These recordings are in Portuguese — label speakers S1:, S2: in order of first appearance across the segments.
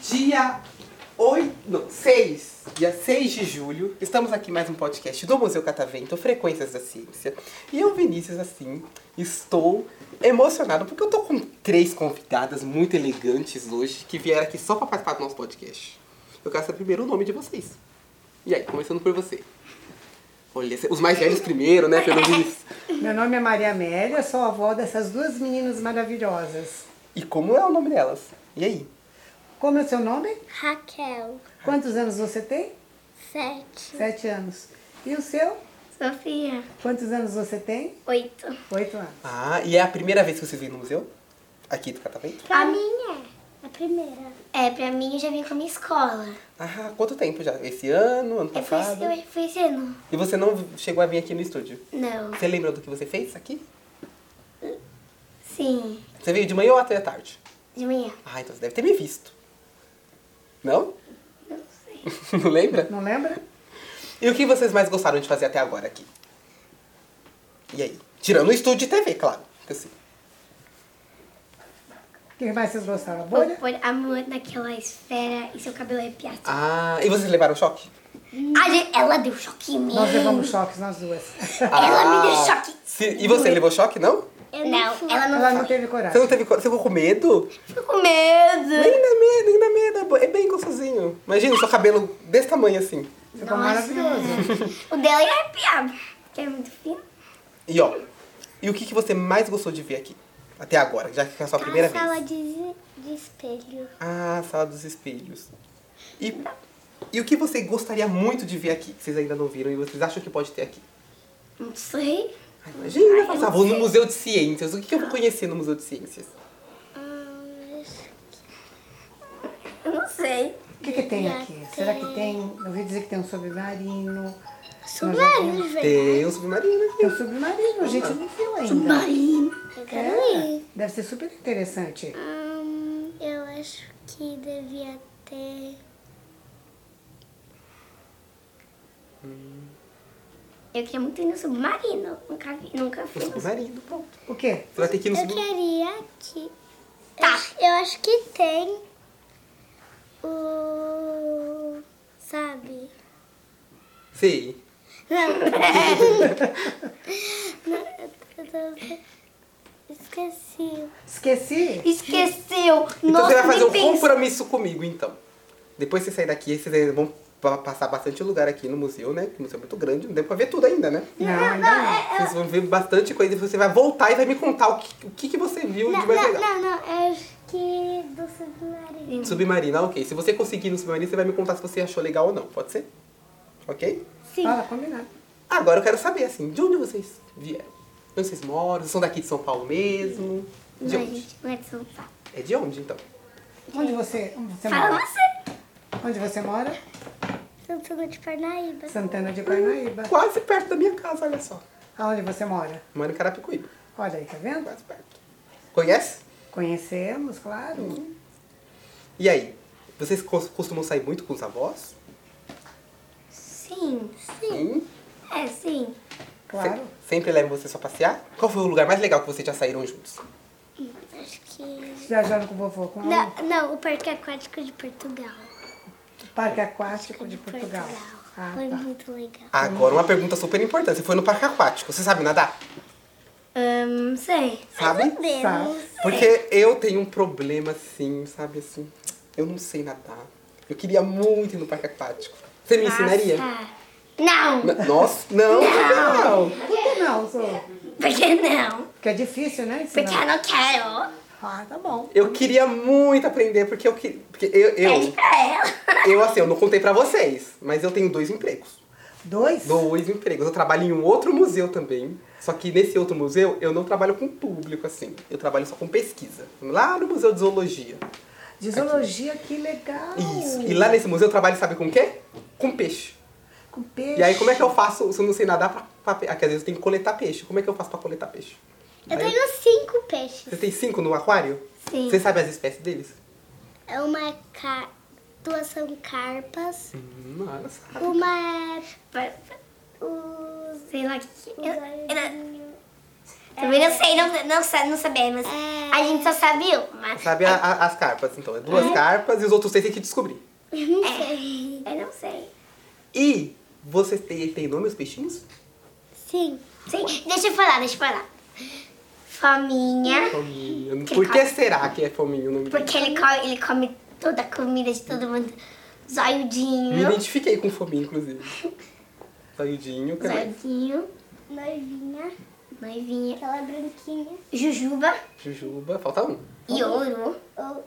S1: Dia 8, não, 6, dia 6 de julho, estamos aqui mais um podcast do Museu Catavento, Frequências da Ciência. E eu, Vinícius, assim, estou emocionado porque eu tô com três convidadas muito elegantes hoje que vieram aqui só pra participar do nosso podcast. Eu quero saber primeiro o nome de vocês. E aí, começando por você. Olha, os mais velhos primeiro, né, pelo visto.
S2: Meu nome é Maria Amélia, eu sou avó dessas duas meninas maravilhosas.
S1: E como é o nome delas? E aí?
S2: Como é o seu nome?
S3: Raquel,
S2: Quantos anos você tem?
S3: sete.
S2: Sete anos. E o seu?
S3: Sofia,
S2: Quantos anos você tem?
S3: oito.
S2: Oito anos.
S1: Ah, e é a primeira vez que vocês vêm no museu? Aqui do Catavento?
S3: Pra mim é a primeira. É, pra mim eu já vim com a minha escola.
S1: Ah, quanto tempo já? Esse ano, ano
S3: Eu fui,
S1: passado?
S3: eu fui esse ano.
S1: E você não chegou a vir aqui no estúdio?
S3: Não.
S1: Você lembra do que você fez aqui?
S3: Sim,
S1: Você veio de manhã ou até à tarde?
S3: de manhã.
S1: Ah, então você deve ter me visto. Não?
S3: Não sei.
S1: não lembra?
S2: Não lembra?
S1: E o que vocês mais gostaram de fazer até agora aqui? E aí? Tirando o estúdio de TV, claro. Assim. que eu sei.
S2: O que mais vocês gostaram? A bolha?
S3: Pôr amor naquela esfera e seu cabelo arrepiado.
S1: Ah, e vocês levaram choque?
S3: A gente- ela deu choque em mim.
S2: Nós levamos choques, nós duas.
S3: Ela me deu
S1: Ah,
S3: choque.
S1: se- e você levou choque, não?
S3: não, ela não
S2: Ela não
S3: foi.
S1: Você
S2: teve
S1: não
S2: coragem.
S1: teve. co- Você ficou com medo?
S3: Fico com medo.
S1: Nem na merda, nem na merda. É bem gostosinho. Imagina o seu cabelo desse tamanho assim.
S2: Ficou maravilhoso.
S3: O dela é ia arrepiar, que é muito fino.
S1: E ó, e o que, que você mais gostou de ver aqui? Até agora, já que é a sua primeira vez.
S3: Tá de, de espelho.
S1: Ah, a sala dos espelhos. E, e o que você gostaria muito de ver aqui? Que vocês ainda não viram e vocês acham que pode ter aqui?
S3: Não sei.
S1: Ai, Imagina, passar, vou no Museu de Ciências. O que, que eu vou conhecer no Museu de Ciências?
S3: Eu não sei.
S2: O que, que tem aqui? Será que tem. Eu ouvi dizer que tem um submarino.
S3: Submarino, velho.
S1: Tem um submarino aqui.
S2: Tem um submarino, a gente não viu ainda.
S3: Submarino. Eu
S2: É, deve ser super interessante.
S4: Hum,
S3: eu acho que devia ter. Eu queria muito ir no submarino. Nunca vi, nunca fui.
S1: Um
S3: no
S1: submarino, pronto.
S2: O quê?
S1: Você vai ter que ir no
S4: Eu
S1: submarino.
S4: queria que. Tá. Eu acho que tem o. Sabe?
S1: Sei.
S4: Eu tô- Esqueci.
S2: Esqueci?
S3: Esqueceu!
S1: Então
S3: Nossa,
S1: você vai fazer
S3: nem
S1: um
S3: pensa.
S1: compromisso comigo, então. Depois que você sair daqui, vocês ainda vão pa- passar bastante lugar aqui no museu, né? Que o museu é muito grande, não deu pra ver tudo ainda, né?
S2: Não, ainda não.
S1: Vocês vão ver bastante coisa e você vai voltar e vai me contar o que, o que, que você viu de
S4: Não,
S1: mais
S4: não,
S1: legal.
S4: não, não. Eu acho que do submarino.
S1: Submarino, ah, ok. Se você conseguir ir no submarino, você vai me contar se você achou legal ou não, pode ser? Ok?
S4: Sim.
S2: Fala, combinado.
S1: Agora eu quero saber, assim, de onde vocês vieram? De onde vocês moram? Vocês são daqui de São Paulo mesmo? De
S3: Não,
S1: onde?
S3: gente, não é de São Paulo.
S1: É de onde, então?
S2: Onde você, onde você
S3: Fala
S2: mora?
S3: você!
S2: Onde você mora?
S4: Santana de Parnaíba.
S2: Santana de Parnaíba.
S1: Quase perto da minha casa, olha só.
S2: Aonde você mora?
S1: Moro em Carapicuíba,
S2: Olha aí, tá vendo?
S1: quase perto. Conhece?
S2: Conhecemos, claro.
S1: E aí? Vocês cos- costumam sair muito com os avós?
S3: Sim, sim.
S1: Sim.
S3: É, sim.
S2: Claro.
S1: Se- sempre levam vocês só passear? Qual foi o lugar mais legal que vocês já saíram juntos?
S4: Hum, Acho que.
S2: Viajaram com o vovô, com
S4: Não, não, o Parque Aquático de Portugal.
S2: o Parque Aquático de Portugal. Ah,
S4: Foi
S2: tá.
S4: muito legal.
S1: Agora uma pergunta super importante. Você foi no parque aquático. Você sabe nadar?
S3: Hum, sei.
S1: Sabe?
S2: Sabe?
S1: Porque eu tenho um problema assim, sabe assim? Eu não sei nadar. Eu queria muito ir no parque aquático. Você me ensinaria?
S3: Passa. Não!
S1: N- Nossa, não, não.
S2: Por que não, Zô?
S3: Porque não?
S2: Porque é difícil, né?
S3: Porque eu
S2: Ensinar.
S3: não quero.
S2: Ah, tá bom.
S1: Eu queria muito aprender, porque eu que- porque eu,
S3: Pede
S1: eu,
S3: pra ela.
S1: eu, assim, eu não contei pra vocês, mas eu tenho dois empregos.
S2: Dois?
S1: Dois empregos. Eu trabalho em um outro museu também. Só que nesse outro museu eu não trabalho com público, assim. Eu trabalho só com pesquisa. Lá no Museu de Zoologia.
S2: De zoologia, que legal.
S1: Isso. E lá nesse museu eu trabalho, sabe com o quê? Com peixe.
S2: Com peixe.
S1: E aí, como é que eu faço se eu não sei nadar pra, pra pe- ah, quer dizer, eu tenho que coletar peixe. Como é que eu faço pra coletar peixe?
S4: Eu
S1: Aí-
S4: tenho cinco peixes.
S1: Você tem cinco no aquário?
S3: Sim.
S1: Você sabe as espécies deles?
S4: É uma ca... duas são carpas,
S1: Hum, Nossa.
S4: uma é. Os,
S3: Sei lá o que que
S4: os
S3: eu, eu não-
S4: olhinhos.
S3: também não sei, não, não, sa- não sabemos.
S4: É.
S3: A gente só sabe uma.
S1: Sabe a- a- as carpas, então. É duas carpas e os outros seis tem que descobrir.
S4: Eu não sei.
S3: É. Eu não sei.
S1: E vocês têm, têm nome os peixinhos?
S4: Sim.
S3: Sim, deixa eu falar, deixa eu falar. Fominha,
S1: Fominho. Por que será que é fominho o nome dele?
S3: porque ele come, ele come toda a comida de todo mundo.
S1: Me
S3: Zoiudinho.
S1: identifiquei com fominho, inclusive. Saidinho, cadê?
S3: Zoiudinho.
S4: Noivinha.
S3: Noivinha.
S4: Aquela branquinha.
S3: Jujuba
S1: Jujuba, falta um.
S3: e ouro.
S4: Ou,
S1: Ouro?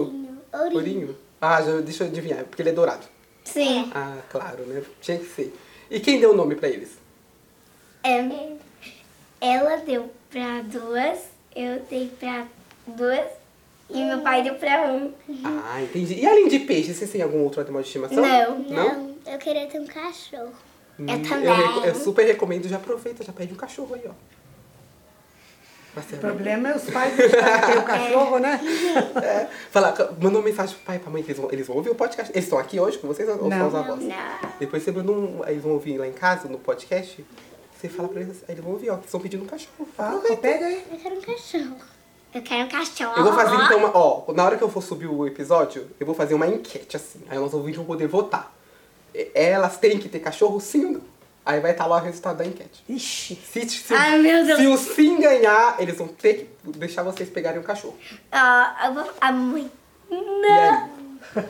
S4: ourinho. Ourinho.
S1: Ourinho? Ah, já, deixa eu adivinhar, porque ele é dourado.
S3: Sim.
S1: Ah, claro, né? Tinha que ser. E quem deu o nome pra eles?
S3: É, ela deu pra duas, eu dei pra duas e meu pai deu pra um.
S1: Ah, entendi. E além de peixe, vocês têm algum outro animal de estimação?
S3: Não.
S1: Não?
S4: Não, eu queria ter um cachorro.
S1: Hum,
S3: Eu também.
S1: reco- eu super recomendo, já aproveita, já pede um cachorro aí, ó. Tá Vai ser
S2: O problema é os pais deixarem ter o cachorro, né?
S1: É. Fala, manda uma mensagem pro pai e pra mãe, que eles vão, eles vão ouvir o podcast. Eles estão aqui hoje com vocês ou só
S2: Não.
S1: os avós?
S3: Não.
S1: Depois você manda um. Aí eles vão ouvir lá em casa, no podcast. Você fala pra eles, aí eles vão ouvir, ó, que estão pedindo um cachorro.
S2: Fala,
S1: Aproveita.
S2: Ah, pega aí.
S4: Eu quero um cachorro.
S3: Eu quero um cachorro.
S1: Eu vou fazer então uma. Ó, na hora que eu for subir o episódio, eu vou fazer uma enquete assim. Aí nós ouvintes vão poder votar. E- Elas têm que ter cachorro, sim ou não? Aí vai estar lá o resultado da enquete.
S2: Ixi.
S1: Se, se,
S3: Ai, meu Deus.
S1: se o sim ganhar, eles vão ter que deixar vocês pegarem um cachorro.
S3: Ah, eu vou- A mãe.
S1: E
S3: Não.
S1: aí?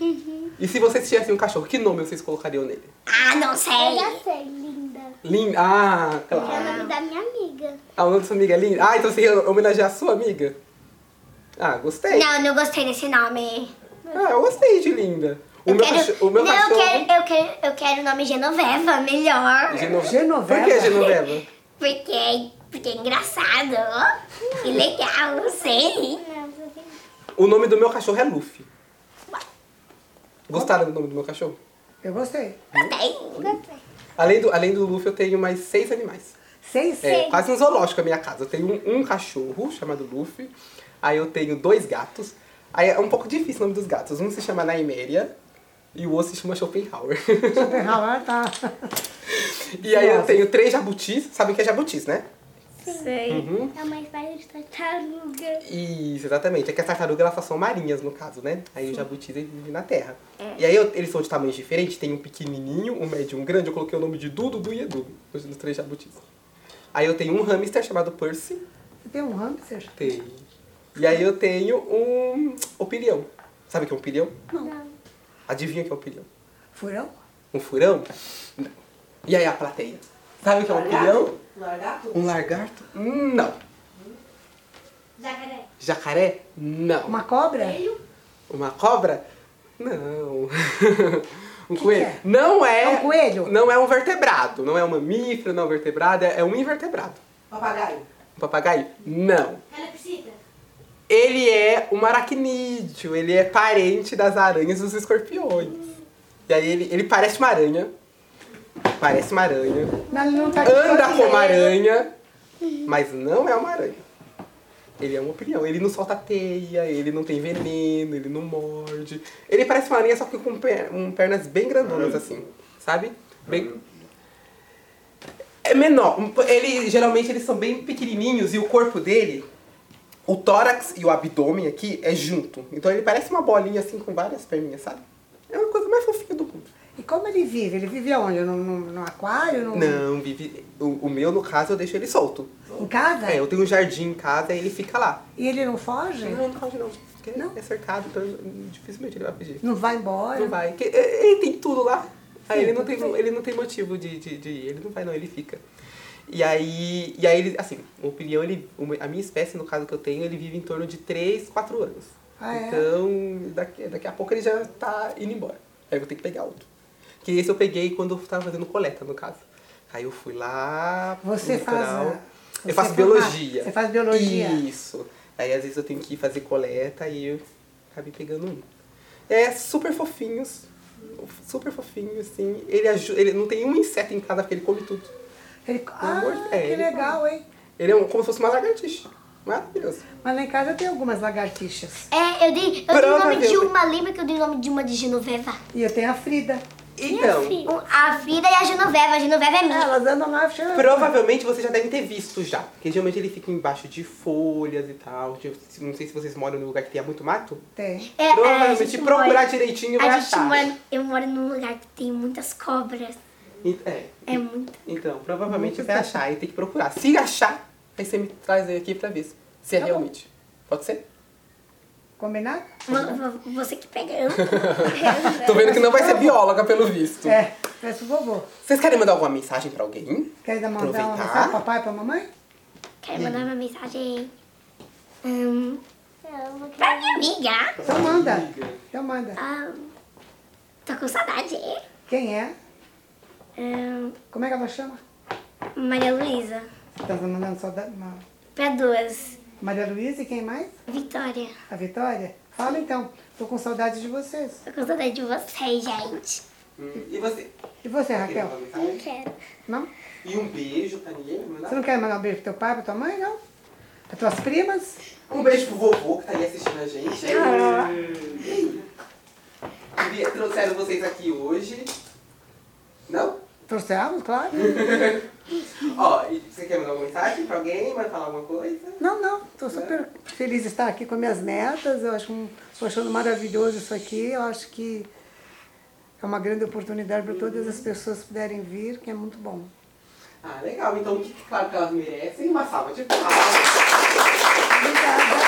S3: Uhum.
S1: e se vocês tivessem um cachorro, que nome vocês colocariam nele?
S3: Ah, não
S4: Eu
S3: sei.
S4: já sei, linda.
S1: Linda. Ah,
S4: É o
S1: claro.
S4: nome da minha amiga.
S1: Ah, o nome da sua amiga é Linda. Ah, então você ia homenagear a sua amiga? Ah, gostei.
S3: Não, não gostei desse nome.
S1: Ah, eu gostei de Linda. O
S3: Eu
S1: meu,
S3: quero-
S1: cachorro, o meu
S3: não,
S1: cachorro.
S3: eu quero, eu quero, eu quero o nome Genoveva, melhor.
S1: Geno-
S2: Genoveva.
S1: É. Por que Genoveva?
S3: Porque, é- porque é engraçado. E legal, não sei.
S4: Não, eu sei.
S1: O nome do meu cachorro é Luffy. Gostaram do nome do meu cachorro?
S2: Eu gostei.
S3: Gostei.
S1: Além do, além do Luffy, eu tenho mais seis animais.
S2: Seis,
S1: É quase um zoológico a minha casa. Eu tenho um, um cachorro chamado Luffy. Aí eu tenho dois gatos. Aí é um pouco difícil o nome dos gatos. Um se chama Naimeria e o outro se chama Schopenhauer.
S2: super ralar, tá.
S1: e aí eu tenho três jabutis. Sabem o que é jabutis, né?
S3: Sei.
S1: Uhum.
S4: É uma espécie de tartaruga.
S1: Isso, exatamente. É que as tartarugas elas só são marinhas, no caso, né? Aí os jabutis eles vivem na terra. E aí eu- eles são de tamanhos diferentes, tem um pequenininho, um médio e um grande. Eu coloquei o nome de Du, Dudu e Edu, nos nos três jabutis. Aí eu tenho um hamster chamado Percy.
S2: Você tem um hamster?
S1: Tem. E aí eu tenho um opinião. Sabe o que é um opinião?
S4: Não.
S1: Adivinha o que é um opinião?
S2: Furão?
S1: Um furão? Não. E aí a plateia? Sabe o que é um opinião?
S2: Largato?
S1: Um lagarto? Não.
S3: Jacaré.
S1: Jacaré? Não.
S2: Uma cobra?
S1: Uma cobra? Não. um
S2: Que
S1: coelho?
S2: que é?
S1: Não é.
S2: É um coelho?
S1: Não é um vertebrado. Não é um mamífero, não é um vertebrado. É é um invertebrado.
S2: Papagaio?
S1: Um papagaio? Não.
S3: Calopsita.
S1: Ele é um aracnídeo. Ele é parente das aranhas e dos escorpiões. E aí ele, ele parece uma aranha. Parece uma aranha.
S2: Não, ele não tá
S1: Anda como
S2: aranha.
S1: aranha. Mas não é uma aranha. Ele é uma opinião. Ele não solta teia, ele não tem veneno, ele não morde. Ele parece uma aranha, só que com per- um, pernas bem grandonas, assim. Sabe? Bem... É menor. Um- Ele, geralmente eles são bem pequenininhos e o corpo dele, o tórax e o abdômen aqui, é junto. Então ele parece uma bolinha, assim, com várias perninhas, sabe? É uma coisa mais fofinha do mundo.
S2: E como ele vive? Ele vive aonde? No, no- no aquário? No,
S1: Não, Vivi. O, o meu, no caso, eu deixo ele solto.
S2: Em casa?
S1: É, eu tenho um jardim em casa e ele fica lá.
S2: E ele não foge?
S1: Não, não pode não. Porque
S2: É. Não?
S1: é cercado, então dificilmente ele vai pedir.
S2: Não vai embora?
S1: Não vai. Porque é, ele tem tudo lá. Aí
S2: Sim,
S1: ele não tem,
S2: tudo
S1: ele não tem motivo de, de, de ir. Ele não vai não, ele fica. E aí, e aí ele, assim, o opinião, ele, o meu- a minha espécie, no caso que eu tenho, ele vive em torno de 3, 4 anos.
S2: Ah, é?
S1: então, daqui, daqui a pouco ele já tá indo embora. Aí eu vou ter que pegar outro. Que esse eu peguei quando eu tava fazendo coleta, no caso. Aí eu fui lá. pro
S2: Você faz
S1: litoral.
S2: a- você
S1: Eu faço
S2: faz-
S1: biologia.
S2: ah, você faz biologia.
S1: Isso. Aí às vezes eu tenho que ir fazer coleta e eu acabei pegando um. É super fofinhos. Super fofinho, assim. Ele, aju- ele não tem um inseto em casa porque ele come tudo.
S2: Ele-
S1: amor de-
S2: Ah,
S1: é,
S2: que
S1: ele
S2: legal, hein?
S1: Ele é um- como se fosse uma lagartixa. Maravilhoso.
S2: Mas lá em casa tem algumas lagartixas.
S4: É, eu dei. Eu dei o nome de
S1: Provavelmente.
S4: uma. Lembra que eu dei o nome de uma de Genoveva?
S2: E eu tenho a Frida.
S1: Então,
S3: Um- A Frida e a Genoveva. A Genoveva é
S2: Ah,
S3: minha.
S2: Elas andam lá chama-
S1: provavelmente você já deve ter visto já. Porque geralmente ele fica embaixo de folhas e tal. de- Não sei se vocês moram num lugar que tenha muito mato.
S2: Tem.
S3: É, a
S1: provavelmente
S3: gente
S1: procurar
S3: mora-
S1: direitinho vai
S3: A gente
S1: achar.
S3: mora, eu moro num lugar que tem muitas cobras.
S1: E- É,
S3: É muito.
S1: Então, provavelmente vai achar e tem que procurar. Se achar, aí você me traz aí aqui pra ver se- se é
S2: Tá bom.
S1: realmente. Pode ser?
S2: Combinado?
S3: Ma- vo- Você que pega. eu-
S1: Tô vendo que não vai ser bióloga, pelo visto.
S2: Tá É, peço o vovô.
S1: Vocês querem mandar alguma mensagem pra alguém?
S2: Quer dar mandar uma
S1: Aproveitar.
S2: mensagem pro papai e pra mamãe?
S3: Quero mandar uma mensagem hum,
S4: Eu vou
S3: pra minha amiga.
S2: Então manda. Então manda.
S3: Ah, tô com saudade.
S2: Quem é?
S3: Hum,
S2: Como é que ela chama?
S3: Maria Luísa.
S2: Tá mandando só da- uma...
S3: Pra duas.
S2: Maria Luísa e quem mais?
S3: Vitória.
S2: A Vitória? Fala então. Tô com saudade de vocês.
S3: Tô com saudade de vocês, gente.
S1: Hum, E você?
S2: E você,
S1: Quer
S2: Raquel?
S1: mandar uma
S4: Não
S1: mensagem?
S4: quero.
S2: Não?
S1: E um beijo pra ninguém?
S2: Você
S1: mandar?
S2: não quer mandar um beijo pro teu pai, pra tua mãe, não? Pra tuas primas?
S1: Um beijo pro vovô que tá aí assistindo a gente.
S2: Ah.
S1: Hum, Queria- Trouxeram vocês aqui hoje. Não?
S2: Trouxemos, claro.
S1: Ó, e você quer mandar uma mensagem pra alguém? Vai falar alguma coisa?
S2: Não, não. Estou super feliz de estar aqui com minhas netas. Eu acho um, tô achando maravilhoso isso aqui. Eu acho que é uma grande oportunidade para todas as pessoas que puderem vir, que é muito bom.
S1: Ah, legal. Então, claro que elas merecem uma salva de palmas.
S2: Obrigada.